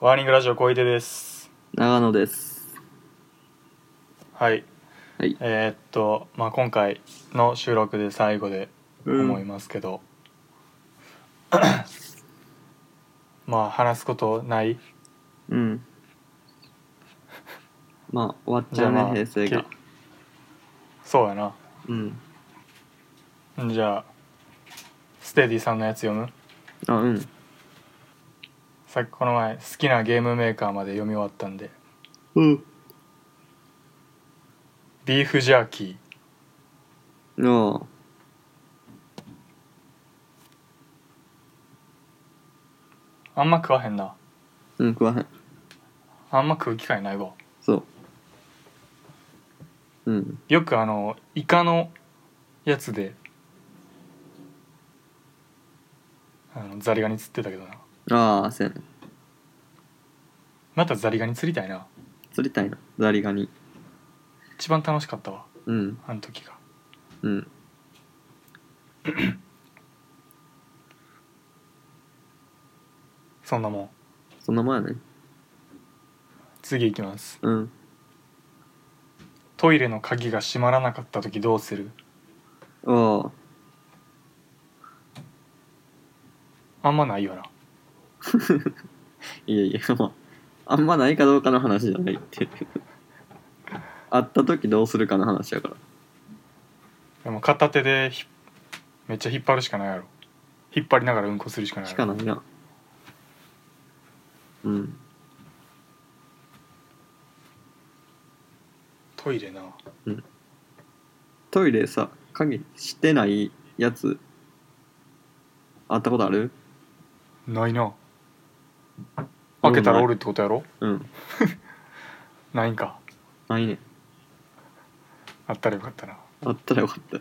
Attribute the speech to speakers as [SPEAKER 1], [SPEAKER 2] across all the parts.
[SPEAKER 1] ワーニングラジオ小出です
[SPEAKER 2] 長野です
[SPEAKER 1] はい
[SPEAKER 2] はい
[SPEAKER 1] えーっと、まあ、今回の収録で最後で思いますけど、 まあ話すことない
[SPEAKER 2] うんまあ終わっち
[SPEAKER 1] じゃ
[SPEAKER 2] ゃ
[SPEAKER 1] あ
[SPEAKER 2] うね
[SPEAKER 1] まあ
[SPEAKER 2] 平成が
[SPEAKER 1] きそうやな
[SPEAKER 2] うん
[SPEAKER 1] じゃあステディさんのやつ読む
[SPEAKER 2] あうん
[SPEAKER 1] さっきこの前好きなゲームメーカーまで読み終わったんで
[SPEAKER 2] うん
[SPEAKER 1] ビーフジャーキ
[SPEAKER 2] ああ
[SPEAKER 1] ーあんま食わへんな
[SPEAKER 2] うん食わへん
[SPEAKER 1] あんま食う機会ないわ
[SPEAKER 2] そううん
[SPEAKER 1] よくあのイカのやつであのザリガニ釣ってたけどな
[SPEAKER 2] ああせやね
[SPEAKER 1] またザリガニ釣りたいな
[SPEAKER 2] 釣りたいなザリガニ
[SPEAKER 1] 一番楽しかったわ
[SPEAKER 2] うん
[SPEAKER 1] あの時が
[SPEAKER 2] うん
[SPEAKER 1] そんなもん
[SPEAKER 2] そんなもんやね
[SPEAKER 1] 次行きます
[SPEAKER 2] うん
[SPEAKER 1] トイレの鍵が閉まらなかった時どうする
[SPEAKER 2] ああ
[SPEAKER 1] あんまないよない
[SPEAKER 2] やいや まああんまないかどうかの話じゃないって 会った時どうするかの話やから
[SPEAKER 1] でも片手でひめっちゃ引っ張るしかないやろ引っ張りながらうんこするしかない
[SPEAKER 2] し
[SPEAKER 1] や
[SPEAKER 2] か
[SPEAKER 1] ろ
[SPEAKER 2] ないなうん
[SPEAKER 1] トイレな
[SPEAKER 2] トイレさ鍵してないやつあったことある
[SPEAKER 1] ないな開けたらおるってことやろ
[SPEAKER 2] うん
[SPEAKER 1] ないんか
[SPEAKER 2] ないね
[SPEAKER 1] あったらよかったな
[SPEAKER 2] あったらよかった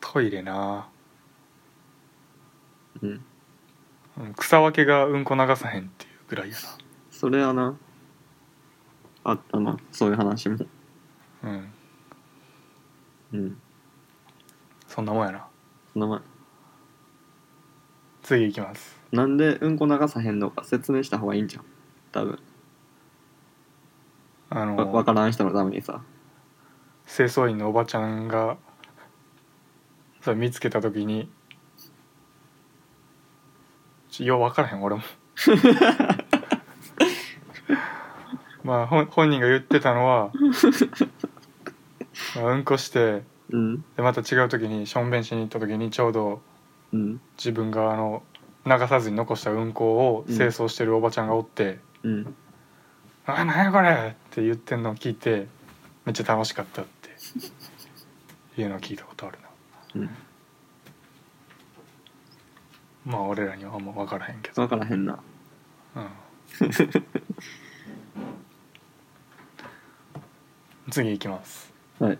[SPEAKER 1] トイレな
[SPEAKER 2] うん
[SPEAKER 1] うん草分けがうんこ流さへんっていうぐらいや
[SPEAKER 2] それはなあったなそういう話も
[SPEAKER 1] なうん
[SPEAKER 2] うん
[SPEAKER 1] そんなもんやな
[SPEAKER 2] その前
[SPEAKER 1] 次行きます
[SPEAKER 2] なんでうんこ流さへんのか説明した方がいいんじゃん多分
[SPEAKER 1] あ
[SPEAKER 2] わ分
[SPEAKER 1] の
[SPEAKER 2] からん人のためにさ
[SPEAKER 1] 清掃員のおばちゃんがそれ見つけた時にちよう分からへん 俺もまあほん本人が言ってたのはまあうんこして
[SPEAKER 2] うん
[SPEAKER 1] でまた違う時にしょんべんしに行った時にちょうど
[SPEAKER 2] うん
[SPEAKER 1] 自分があの流さずに残したうんこを清掃してるおばちゃんがおって、
[SPEAKER 2] うん
[SPEAKER 1] 「あ何やこれ!」って言ってんのを聞いてめっちゃ楽しかったっていうのを聞いたことあるな
[SPEAKER 2] うん
[SPEAKER 1] まあ俺らにはあんま分からへんけど、
[SPEAKER 2] 分からへんな
[SPEAKER 1] うん、次いきます
[SPEAKER 2] はい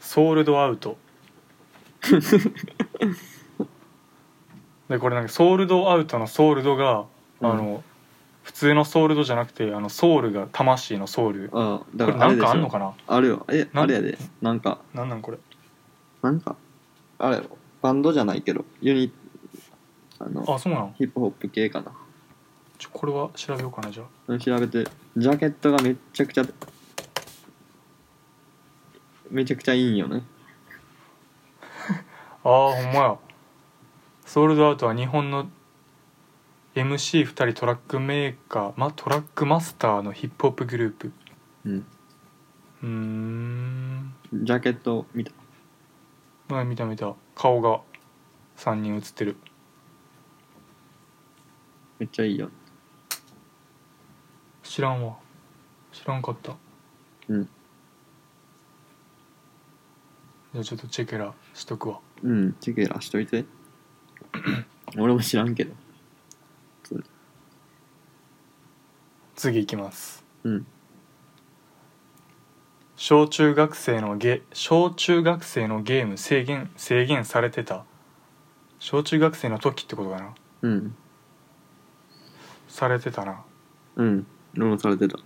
[SPEAKER 1] ソールドアウトでこれなんかソールドアウトのソールドがあの、普通のソールドじゃなくてあのソウルが魂のソウルこ
[SPEAKER 2] ああだ
[SPEAKER 1] れ
[SPEAKER 2] からあ
[SPEAKER 1] な
[SPEAKER 2] れ
[SPEAKER 1] ん
[SPEAKER 2] でし
[SPEAKER 1] かあん
[SPEAKER 2] ょ
[SPEAKER 1] のかな
[SPEAKER 2] あるよえ
[SPEAKER 1] なん
[SPEAKER 2] あれやでなんか
[SPEAKER 1] なんなんこれ
[SPEAKER 2] なんかあれよバンドじゃないけどユニあの
[SPEAKER 1] あそうなの
[SPEAKER 2] ヒップホップ系かな
[SPEAKER 1] ちょこれは調べようかなじゃあ
[SPEAKER 2] うん調べてジャケットがめっちゃくちゃめちゃくちゃいいんよね
[SPEAKER 1] あーほんまやソールドアウトは日本の MC2 人トラックメーカー、ま、トラックマスターのヒップホップグループ
[SPEAKER 2] うん
[SPEAKER 1] うーん
[SPEAKER 2] ジャケット見た
[SPEAKER 1] あ見た見た顔が3人映ってる
[SPEAKER 2] めっちゃいいよ
[SPEAKER 1] 知らんわ知らんかった
[SPEAKER 2] うん
[SPEAKER 1] じゃあちょっとチェケラしとくわ
[SPEAKER 2] うんチェケラしとい て俺も知らんけど
[SPEAKER 1] 次いきます
[SPEAKER 2] うん
[SPEAKER 1] 小中学生のゲ小中学生のゲーム制限制限されてた小中学生の時ってことかな
[SPEAKER 2] うん
[SPEAKER 1] されてたな
[SPEAKER 2] うん俺もされてた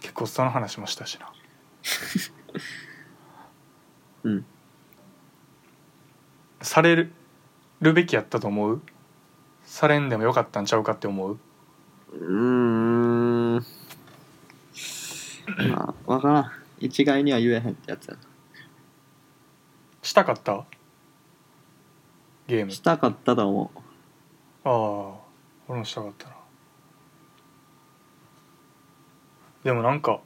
[SPEAKER 1] 結構その話もしたしな
[SPEAKER 2] うん
[SPEAKER 1] されるるべきやったと思うされんでもよかったんちゃうかって思う
[SPEAKER 2] うーんまあ分からん一概には言えへんってやつや
[SPEAKER 1] したかったゲー
[SPEAKER 2] な
[SPEAKER 1] ム
[SPEAKER 2] したかったと思う
[SPEAKER 1] ああ俺もしたかったなでもなんか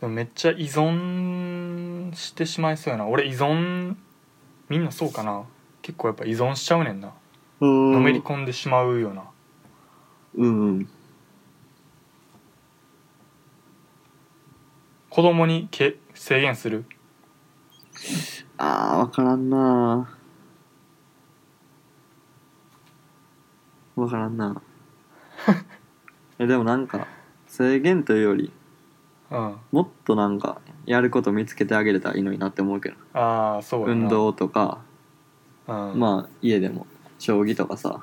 [SPEAKER 1] でもめっちゃ依存してしまいそうやな俺依存みんなそうかな結構やっぱ依存しちゃうねんなのめり込んでしまうような
[SPEAKER 2] うんうん
[SPEAKER 1] 子供にけ制限する
[SPEAKER 2] ああ分からんな分から んなえでもなんか制限というより
[SPEAKER 1] うん
[SPEAKER 2] もっとなんかやること見つけてあげれたらいいのになって思うけど
[SPEAKER 1] ああそうやな
[SPEAKER 2] 運、動とか、
[SPEAKER 1] うん、あ、
[SPEAKER 2] まあ家でも将棋とかさ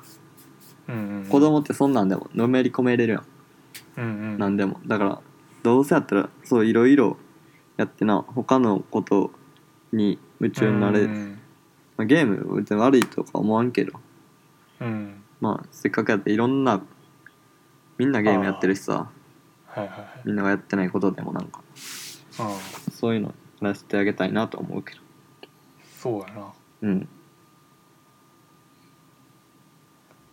[SPEAKER 1] うんうん、
[SPEAKER 2] 子供ってそんなんでものめり込めれるやん
[SPEAKER 1] うんうん
[SPEAKER 2] 何でもだからどうせやったらそういろいろやってな他のことに夢中になれ
[SPEAKER 1] う
[SPEAKER 2] る、
[SPEAKER 1] ん
[SPEAKER 2] まあ、ゲーム別に悪いとか思わんけど
[SPEAKER 1] うん
[SPEAKER 2] まあせっかくやっていろんなみんなゲームやってるしさ
[SPEAKER 1] はいはいはい
[SPEAKER 2] みんながやってないことでもなんか
[SPEAKER 1] うん
[SPEAKER 2] そういうのやしてあげたいなと思うけど
[SPEAKER 1] そうやな
[SPEAKER 2] うん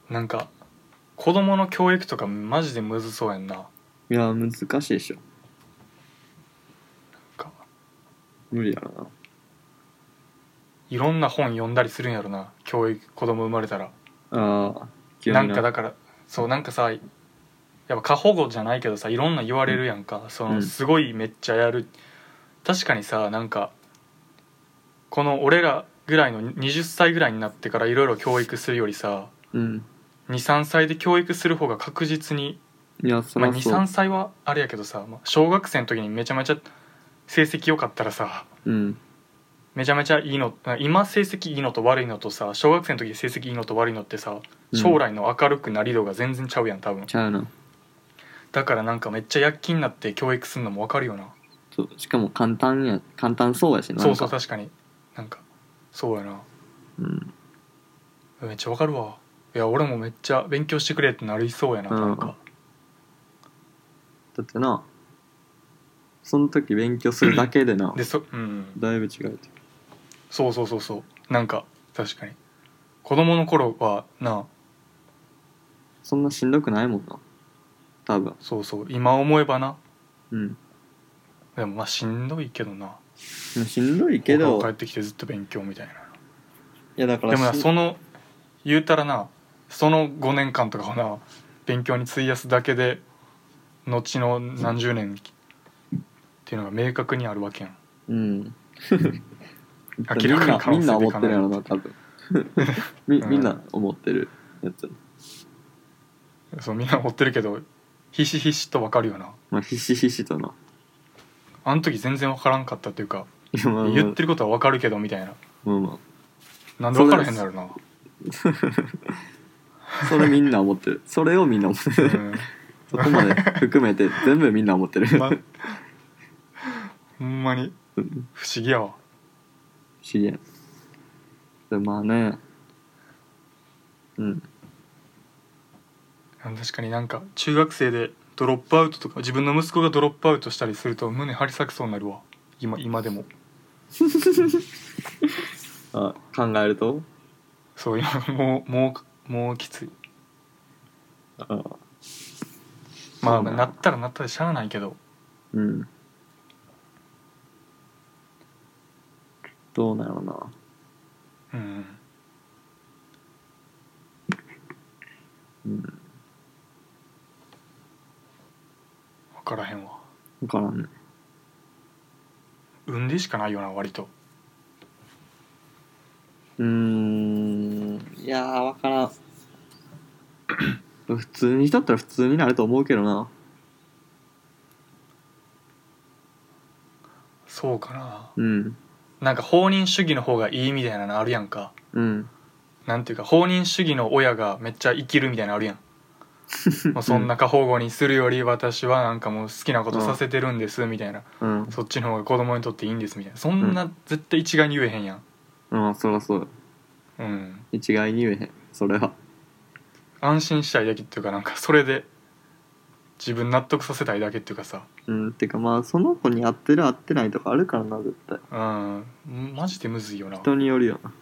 [SPEAKER 1] なんか子供の教育とかマジでむずそうやんない
[SPEAKER 2] や難しいでしょ
[SPEAKER 1] か
[SPEAKER 2] 無理やろない
[SPEAKER 1] ろんな本読んだりするんやろな教育子供生まれたら
[SPEAKER 2] ああ急に
[SPEAKER 1] なんかだからそうなんかさやっぱ過保護じゃないけどさいろんな言われるやんか、そうの
[SPEAKER 2] ん
[SPEAKER 1] すごいめっちゃやる確かにさなんかこの俺らぐらいの20歳ぐらいになってからいろいろ教育するよりさ
[SPEAKER 2] うん
[SPEAKER 1] 23歳で教育する方が確実に
[SPEAKER 2] いやそ
[SPEAKER 1] ま
[SPEAKER 2] ら
[SPEAKER 1] あ、
[SPEAKER 2] そう
[SPEAKER 1] 23歳はあれやけどさ、まあ小学生の時にめちゃめちゃ成績良かったらさ
[SPEAKER 2] うん
[SPEAKER 1] めちゃめちゃいいの今成績いいのと悪いのとさ小学生の時成績いいのと悪いのってさ
[SPEAKER 2] うん
[SPEAKER 1] 将来の明るくなり度が全然ちゃうやん多分
[SPEAKER 2] ちゃうな
[SPEAKER 1] だからなんかめっちゃ躍起になって教育するのも分かるよな
[SPEAKER 2] そうしかも簡単や簡単そうやしな
[SPEAKER 1] そうそう
[SPEAKER 2] なんか
[SPEAKER 1] 確かになんかそうやな
[SPEAKER 2] うん
[SPEAKER 1] めっちゃ分かるわいや俺もめっちゃ勉強してくれってなりそうやな
[SPEAKER 2] うん
[SPEAKER 1] なんか
[SPEAKER 2] だってなその時勉強するだけでな
[SPEAKER 1] でそうん
[SPEAKER 2] だいぶ違うと
[SPEAKER 1] そうそうそうそうなんか確かに子供の頃はな
[SPEAKER 2] そんなしんどくないもんな多分
[SPEAKER 1] そうそう今思えばな
[SPEAKER 2] うん
[SPEAKER 1] でもまあしんどいけどな
[SPEAKER 2] しんどいけ
[SPEAKER 1] お
[SPEAKER 2] ど
[SPEAKER 1] 風呂帰ってきてずっと勉強みたい
[SPEAKER 2] いやだか
[SPEAKER 1] な
[SPEAKER 2] ら
[SPEAKER 1] でもな
[SPEAKER 2] し
[SPEAKER 1] その言うたらなその5年間とかをな勉強に費やすだけで後の何十年っていうのが明確にあるわけやん
[SPEAKER 2] うん
[SPEAKER 1] 明らかに
[SPEAKER 2] みんな
[SPEAKER 1] 感
[SPEAKER 2] み
[SPEAKER 1] 性でい
[SPEAKER 2] んな思っ
[SPEAKER 1] かな
[SPEAKER 2] てる
[SPEAKER 1] い
[SPEAKER 2] やろな多分み
[SPEAKER 1] うん
[SPEAKER 2] みんな思ってるやつ
[SPEAKER 1] そうみんな追ってるけどひしひしと分かるよな
[SPEAKER 2] まあひしひしとな
[SPEAKER 1] あの時全然分からんかったっていうか
[SPEAKER 2] いやまあまあ
[SPEAKER 1] 言ってることは分かるけどみたいな
[SPEAKER 2] まあま
[SPEAKER 1] なんで分からへんだろうな
[SPEAKER 2] あそれみんな思ってるそれをみんな思って
[SPEAKER 1] う
[SPEAKER 2] る
[SPEAKER 1] ん
[SPEAKER 2] そこまで含めて全部みんな思ってる不
[SPEAKER 1] ま
[SPEAKER 2] 思
[SPEAKER 1] ほんまに
[SPEAKER 2] うん
[SPEAKER 1] 不思議やわ
[SPEAKER 2] 議やでまあねうん
[SPEAKER 1] うん確かになんか中学生でドロップアウトとか自分の息子がドロップアウトしたりすると胸張り裂けそうになるわ今今でも
[SPEAKER 2] あ考えると
[SPEAKER 1] そう今もうもうもうきつい
[SPEAKER 2] あ
[SPEAKER 1] まあ
[SPEAKER 2] そうだな
[SPEAKER 1] なったらなったでしゃあないけど
[SPEAKER 2] うんどうなのな
[SPEAKER 1] うん
[SPEAKER 2] うん
[SPEAKER 1] 分からへんわ
[SPEAKER 2] 分からんね
[SPEAKER 1] 産んでしかないよな割と
[SPEAKER 2] うーんいやー分からん 普通にしたったら普通になると思うけどな
[SPEAKER 1] そうかな
[SPEAKER 2] うん
[SPEAKER 1] なんか放任主義の方がいいみたいなのあるやんか
[SPEAKER 2] うん
[SPEAKER 1] なんていうか放任主義の親がめっちゃ生きるみたいなのあるやんまあ、そんな過保護にするより私はなんかもう好きなことさせてるんですみたいな、
[SPEAKER 2] うん
[SPEAKER 1] そっちの方が子供にとっていいんですみたいなそんな絶対一概に言えへんやん
[SPEAKER 2] うんそらそう
[SPEAKER 1] うん
[SPEAKER 2] 一概に言えへんそれは
[SPEAKER 1] 安心したいだけっていうかなんかそれで自分納得させたいだけっていうかさ
[SPEAKER 2] うんてかまあその子に合ってる合ってないとかあるからな絶対
[SPEAKER 1] うんマジでむずいよな
[SPEAKER 2] 人によるよな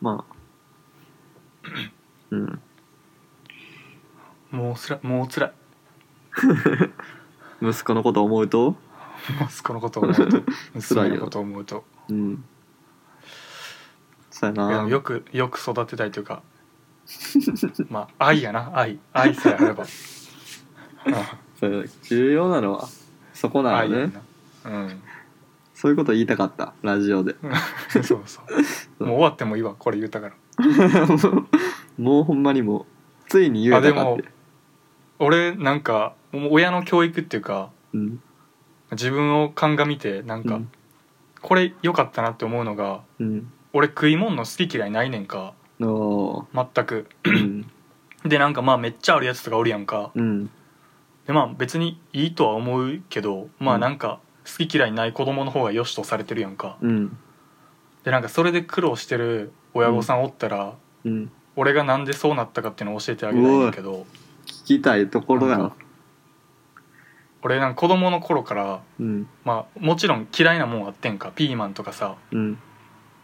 [SPEAKER 2] まあ うん
[SPEAKER 1] もうつらいもうつらい
[SPEAKER 2] 息子のこと思うと
[SPEAKER 1] 息子のことを思うと
[SPEAKER 2] 辛い
[SPEAKER 1] 娘
[SPEAKER 2] よ
[SPEAKER 1] のことを思うと
[SPEAKER 2] うんそうや
[SPEAKER 1] いやで
[SPEAKER 2] な
[SPEAKER 1] もよくよく育てたいというかまあ愛やな愛愛さえあれ ばう
[SPEAKER 2] そう重要なのはそこ
[SPEAKER 1] ん
[SPEAKER 2] な
[SPEAKER 1] 愛
[SPEAKER 2] の
[SPEAKER 1] や
[SPEAKER 2] ね
[SPEAKER 1] な うん
[SPEAKER 2] そういうこと言いたかったラジオで
[SPEAKER 1] そうそうもう終わってもいいわこれ言ったから
[SPEAKER 2] もうほんまにもうついに言えたかっ
[SPEAKER 1] あ
[SPEAKER 2] て
[SPEAKER 1] で俺なんかもう親の教育っていうか
[SPEAKER 2] うん
[SPEAKER 1] 自分を鑑みてなんか、
[SPEAKER 2] うん
[SPEAKER 1] これ良かったなって思うのが
[SPEAKER 2] うん
[SPEAKER 1] 俺食い物の好き嫌いないねんか
[SPEAKER 2] の
[SPEAKER 1] 全く
[SPEAKER 2] うん
[SPEAKER 1] でなんかまあめっちゃあるやつとかおるやんか
[SPEAKER 2] うん
[SPEAKER 1] でまあ別にいいとは思うけどま
[SPEAKER 2] う
[SPEAKER 1] あ
[SPEAKER 2] ん
[SPEAKER 1] なんか好き嫌いない子供の方が良しとされてるやんか
[SPEAKER 2] うん
[SPEAKER 1] でなんかそれで苦労してる親御さんおったら、
[SPEAKER 2] うん
[SPEAKER 1] 俺がなんでそうなったかっていうのを教えてあげたいんだけど
[SPEAKER 2] 聞きたいところや
[SPEAKER 1] なん
[SPEAKER 2] な
[SPEAKER 1] か俺なんか子供の頃から
[SPEAKER 2] うん
[SPEAKER 1] まあもちろん嫌いなもんあってんかピーマンとかさ
[SPEAKER 2] うん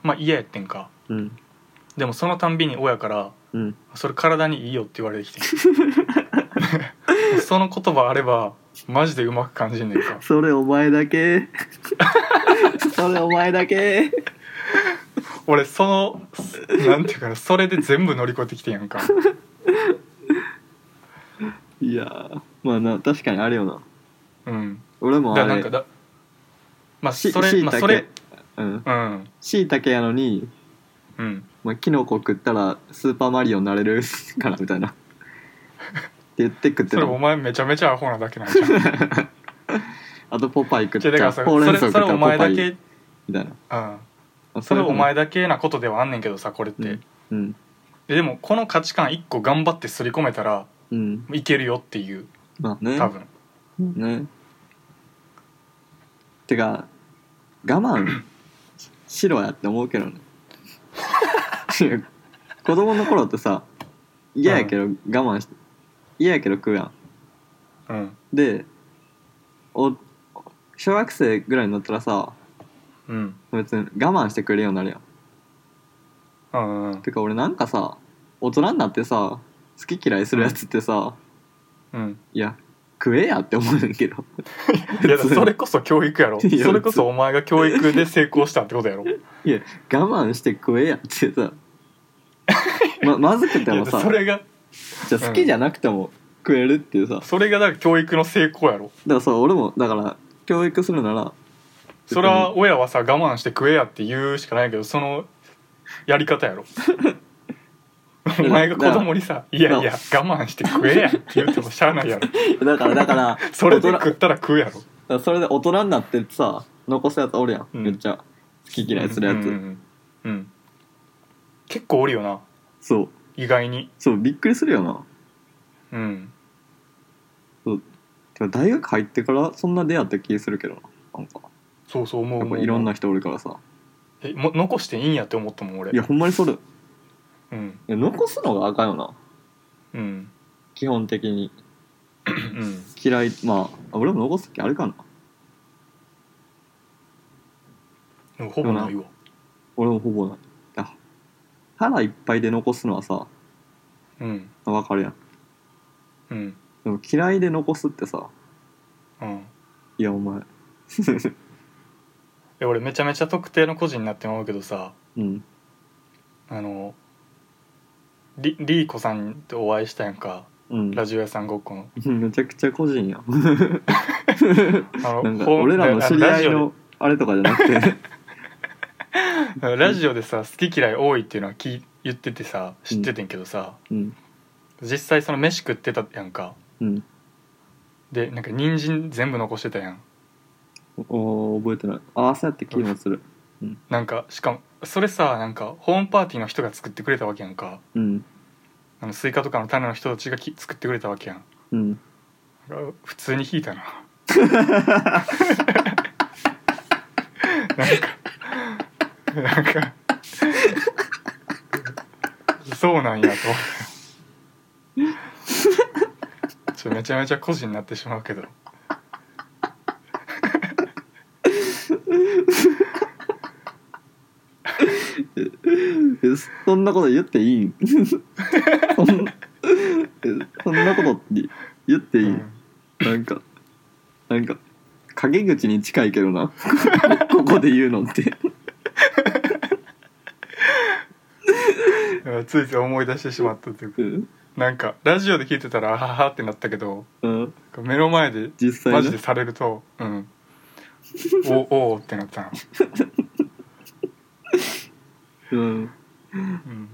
[SPEAKER 1] まあ嫌やってんか
[SPEAKER 2] うん
[SPEAKER 1] でもそのたんびに親から
[SPEAKER 2] うん
[SPEAKER 1] 「それ体にいいよ」って言われて きてんその言葉あればマジでうまく感じんねんか
[SPEAKER 2] それお前 だけそれお前だけ
[SPEAKER 1] 俺そのなんていうかなそれで全部乗り越えてきてんやんか
[SPEAKER 2] いやーまあな確かにあれよな
[SPEAKER 1] うん
[SPEAKER 2] 俺
[SPEAKER 1] だ
[SPEAKER 2] も
[SPEAKER 1] か
[SPEAKER 2] あ
[SPEAKER 1] らなん
[SPEAKER 2] れ
[SPEAKER 1] かだまあ
[SPEAKER 2] し
[SPEAKER 1] それ
[SPEAKER 2] 椎
[SPEAKER 1] まあ
[SPEAKER 2] 茸
[SPEAKER 1] それ
[SPEAKER 2] うん
[SPEAKER 1] うん
[SPEAKER 2] しいたけやのに
[SPEAKER 1] うん
[SPEAKER 2] まあ、キノコ食ったらスーパーマリオになれる からみたいなって言って食って
[SPEAKER 1] それ
[SPEAKER 2] た
[SPEAKER 1] お前めちゃめちゃアホなだけなん じゃんじ
[SPEAKER 2] あとポパイ食っ
[SPEAKER 1] ゃあだ
[SPEAKER 2] た
[SPEAKER 1] から
[SPEAKER 2] ら
[SPEAKER 1] さ
[SPEAKER 2] ほうれ
[SPEAKER 1] そ
[SPEAKER 2] ん草
[SPEAKER 1] れそれ
[SPEAKER 2] 食ったら
[SPEAKER 1] お
[SPEAKER 2] ポパ
[SPEAKER 1] 前だ
[SPEAKER 2] イ
[SPEAKER 1] け
[SPEAKER 2] みたいな
[SPEAKER 1] うん
[SPEAKER 2] あ
[SPEAKER 1] それ
[SPEAKER 2] ういう
[SPEAKER 1] お
[SPEAKER 2] の
[SPEAKER 1] 前だけなことではあんねんけどさこれっ
[SPEAKER 2] う
[SPEAKER 1] て
[SPEAKER 2] んうん
[SPEAKER 1] ででもこの価値観一個頑張って刷り込めたら
[SPEAKER 2] うん
[SPEAKER 1] いけるよっていう
[SPEAKER 2] まあね
[SPEAKER 1] 多分
[SPEAKER 2] ねてか我慢しろやって思う けどねいや子供の頃ってさ嫌やけど我慢して嫌やけど食うやん
[SPEAKER 1] うん
[SPEAKER 2] でお小学生ぐらいになったらさ
[SPEAKER 1] うん
[SPEAKER 2] 別に我慢してくれるようになるやん
[SPEAKER 1] うんうん
[SPEAKER 2] てか俺なんかさ大人になってさ好き嫌いするやつってさ、
[SPEAKER 1] うん
[SPEAKER 2] いや食えやって思うねんけど
[SPEAKER 1] いやだからそれこそ教育やろそ
[SPEAKER 2] いや
[SPEAKER 1] れこそお前が教育で成功したってことや ろい
[SPEAKER 2] いや我慢して食えやっ てさままずくて
[SPEAKER 1] や
[SPEAKER 2] も
[SPEAKER 1] だか
[SPEAKER 2] さ
[SPEAKER 1] らそれが
[SPEAKER 2] じゃあ好きじゃなくても食えるっていうさ、だか
[SPEAKER 1] それがだから教育の成功やろ
[SPEAKER 2] らさ俺もだから教育するなら
[SPEAKER 1] それは親はさ我慢して食えやって言うしかないけどそのやり方や ろお前が子供にさ「いやいや我慢して食えや」って言ってもしゃあない やろ
[SPEAKER 2] だからだから
[SPEAKER 1] それで
[SPEAKER 2] 大人
[SPEAKER 1] 食ったら食うやろ
[SPEAKER 2] だからそれで大人になってさ残すやつおるやん、
[SPEAKER 1] うん
[SPEAKER 2] めっちゃ好き嫌いするやつ、
[SPEAKER 1] うんうんうんうん結構おるよな
[SPEAKER 2] そう
[SPEAKER 1] 意外に
[SPEAKER 2] そうびっくりするよな
[SPEAKER 1] うん
[SPEAKER 2] てか大学入ってからそんな出会った気するけどななんか
[SPEAKER 1] そうそう思う
[SPEAKER 2] やっ
[SPEAKER 1] 思
[SPEAKER 2] ぱ
[SPEAKER 1] う
[SPEAKER 2] いろんな人おるからさ
[SPEAKER 1] えも残していいんやって思ったもん俺
[SPEAKER 2] いやほんまにそれい
[SPEAKER 1] うん
[SPEAKER 2] や残すのがあかんよな
[SPEAKER 1] うん
[SPEAKER 2] 基本的に
[SPEAKER 1] うん
[SPEAKER 2] 嫌いまあ俺も残す時あるかな
[SPEAKER 1] でもほぼないわ
[SPEAKER 2] 俺もほぼないあ腹いっぱいで残すのはさ
[SPEAKER 1] うん
[SPEAKER 2] わかるやん
[SPEAKER 1] うん
[SPEAKER 2] でも嫌いで残すってさ
[SPEAKER 1] うん
[SPEAKER 2] いやお前
[SPEAKER 1] え俺めちゃめちゃ特定の個人になってまうけどさ
[SPEAKER 2] うん
[SPEAKER 1] あのりりーこさんとお会いしたやんか
[SPEAKER 2] うん
[SPEAKER 1] ラジオ屋さんごっこの
[SPEAKER 2] めちゃくちゃ個人やん
[SPEAKER 1] あの
[SPEAKER 2] なんか
[SPEAKER 1] ほん
[SPEAKER 2] 俺らの知り合いのあれとかじゃなくて
[SPEAKER 1] ラジオでラジオでさ好き嫌い多いっていうのは聞い言っててさ知っててんけどさ、
[SPEAKER 2] うん
[SPEAKER 1] 実際その飯食ってたやんか
[SPEAKER 2] うん
[SPEAKER 1] でなんか人参全部残してたやん
[SPEAKER 2] おー覚えてないああそうやって気もする
[SPEAKER 1] なんかしかもそれさなんかホームパーティーの人が作ってくれたわけやんか
[SPEAKER 2] うん
[SPEAKER 1] あのスイカとかの種の人たちがき作ってくれたわけやん
[SPEAKER 2] うん
[SPEAKER 1] なんか普通に引いたななんかなんかそうなんやと思ったちょめちゃめちゃ個人になってしまうけど
[SPEAKER 2] え そんなこと言って いいそんえそんなことって言っていい、
[SPEAKER 1] うん
[SPEAKER 2] なんかなんか陰口に近いけどな ここで言うのって
[SPEAKER 1] うんついつい思い出してしまったというか
[SPEAKER 2] うん、
[SPEAKER 1] なんかラジオで聞いてたらあははってなったけど
[SPEAKER 2] うん、
[SPEAKER 1] 目の前で
[SPEAKER 2] 実際
[SPEAKER 1] マジで
[SPEAKER 2] ね
[SPEAKER 1] されるとうんおおーってなったの、
[SPEAKER 2] うん
[SPEAKER 1] うん、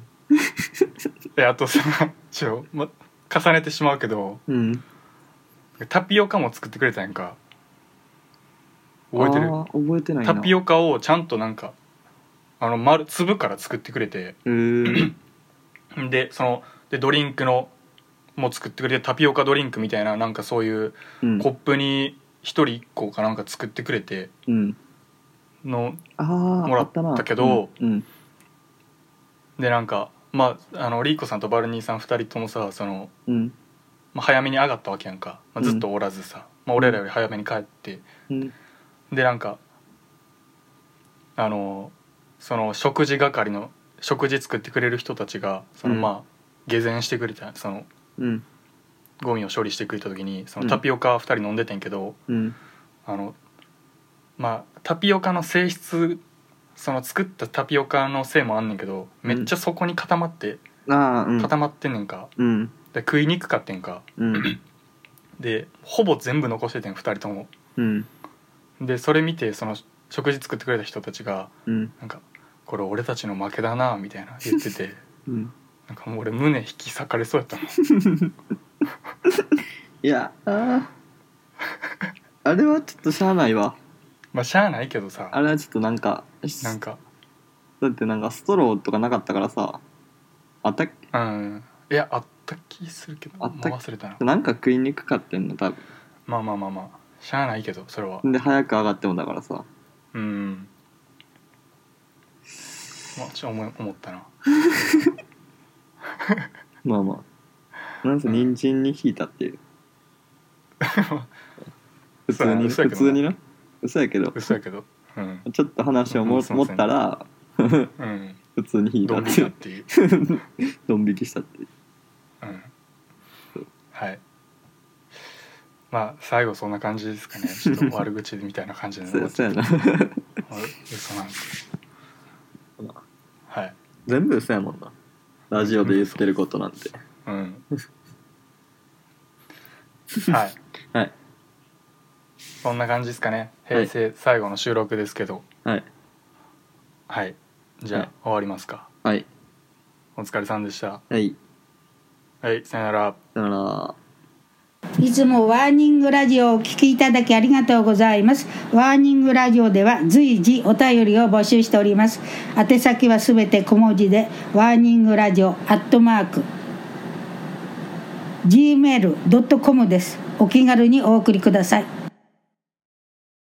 [SPEAKER 1] であとさちょ、ま、重ねてしまうけど
[SPEAKER 2] うん
[SPEAKER 1] タピオカも作ってくれたやんか覚えてる
[SPEAKER 2] あー覚えてないな
[SPEAKER 1] タピオカをちゃんとなんかあの丸粒から作ってくれて
[SPEAKER 2] えー、
[SPEAKER 1] でそのでドリンクのも作ってくれてタピオカドリンクみたいななんかそういう
[SPEAKER 2] うん
[SPEAKER 1] コップに1人1個かなんか作ってくれて
[SPEAKER 2] うん
[SPEAKER 1] の
[SPEAKER 2] ああ
[SPEAKER 1] もら
[SPEAKER 2] あったな
[SPEAKER 1] ったけど
[SPEAKER 2] うんうん
[SPEAKER 1] でなんかまああのリーコさんとバルニーさん2人ともさその、
[SPEAKER 2] うん
[SPEAKER 1] まあ、早めに上がったわけやんか、まあ、ずっとおらずさ、まあ、俺らより早めに帰って
[SPEAKER 2] うん
[SPEAKER 1] でなんかあのその食事係の食事作ってくれる人たちがその
[SPEAKER 2] うん
[SPEAKER 1] まあ下膳してくれたその
[SPEAKER 2] うん
[SPEAKER 1] ゴミを処理してくれた時にその
[SPEAKER 2] うん
[SPEAKER 1] タピオカ2人飲んでてんけど、
[SPEAKER 2] うん
[SPEAKER 1] あのまあタピオカの性質その作ったタピオカのせいもあんねんけどめっちゃそこに固まって
[SPEAKER 2] ああうん
[SPEAKER 1] 固まってんねんか、
[SPEAKER 2] うん
[SPEAKER 1] で食いにくかってんか
[SPEAKER 2] うん
[SPEAKER 1] でほぼ全部残しててん2人とも
[SPEAKER 2] うん
[SPEAKER 1] でそれ見てその食事作ってくれた人たちが
[SPEAKER 2] うん
[SPEAKER 1] なんか「これ俺たちの負けだな」みたいな言ってて
[SPEAKER 2] うん
[SPEAKER 1] なんかもう俺胸引き裂かれそうやったもん
[SPEAKER 2] いやあーあれはちょっとしゃあないわ
[SPEAKER 1] まあしゃあないけどさ
[SPEAKER 2] あれはちょっとなんか
[SPEAKER 1] なんか
[SPEAKER 2] だってなんかストローとかなかったからさあったっけ
[SPEAKER 1] うんいやあった気するけど
[SPEAKER 2] あ
[SPEAKER 1] もう
[SPEAKER 2] った
[SPEAKER 1] 忘れたな
[SPEAKER 2] なんか食いにくかってんの多分
[SPEAKER 1] まあまあまあまあしゃあないけどそれは
[SPEAKER 2] で早く上がってもだからさ
[SPEAKER 1] うんまあちょっと思い思ったな
[SPEAKER 2] まあまあなんせ人参に引い たっていう普
[SPEAKER 1] そう
[SPEAKER 2] 通
[SPEAKER 1] や
[SPEAKER 2] に
[SPEAKER 1] な嘘や
[SPEAKER 2] 普
[SPEAKER 1] けどな
[SPEAKER 2] 通にな嘘やけど
[SPEAKER 1] 嘘やけどうん
[SPEAKER 2] ちょっと話をも
[SPEAKER 1] うんすいま
[SPEAKER 2] 持
[SPEAKER 1] せん
[SPEAKER 2] ったら
[SPEAKER 1] うん
[SPEAKER 2] 普通に引いた
[SPEAKER 1] ド
[SPEAKER 2] っ
[SPEAKER 1] ン
[SPEAKER 2] て
[SPEAKER 1] 引き
[SPEAKER 2] い
[SPEAKER 1] だっ
[SPEAKER 2] う
[SPEAKER 1] ていう、
[SPEAKER 2] ドン引きしたっていう
[SPEAKER 1] うん、はいまあ最後そんな感じです かねちょっと悪口みたいな感じで
[SPEAKER 2] そ
[SPEAKER 1] 終わ
[SPEAKER 2] う
[SPEAKER 1] っちゃ
[SPEAKER 2] そうやな
[SPEAKER 1] う嘘なんですけどはい
[SPEAKER 2] 全部嘘やもんなラジオで言ってることなんて
[SPEAKER 1] うんはい
[SPEAKER 2] はい
[SPEAKER 1] そんな感じですかね平成最後の収録ですけど
[SPEAKER 2] はい
[SPEAKER 1] はいじゃあ、
[SPEAKER 2] はい
[SPEAKER 1] 終わりますか
[SPEAKER 2] はい
[SPEAKER 1] お疲れさんでした
[SPEAKER 2] はい
[SPEAKER 1] はいさよなら
[SPEAKER 2] だから
[SPEAKER 3] いつもワーニングラジオをお聞きいただきありがとうございます。ワーニングラジオでは随時お便りを募集しております。宛先はすべて小文字で、ワーニングラジオアットマーク、gmail.com です。お気軽にお送りください。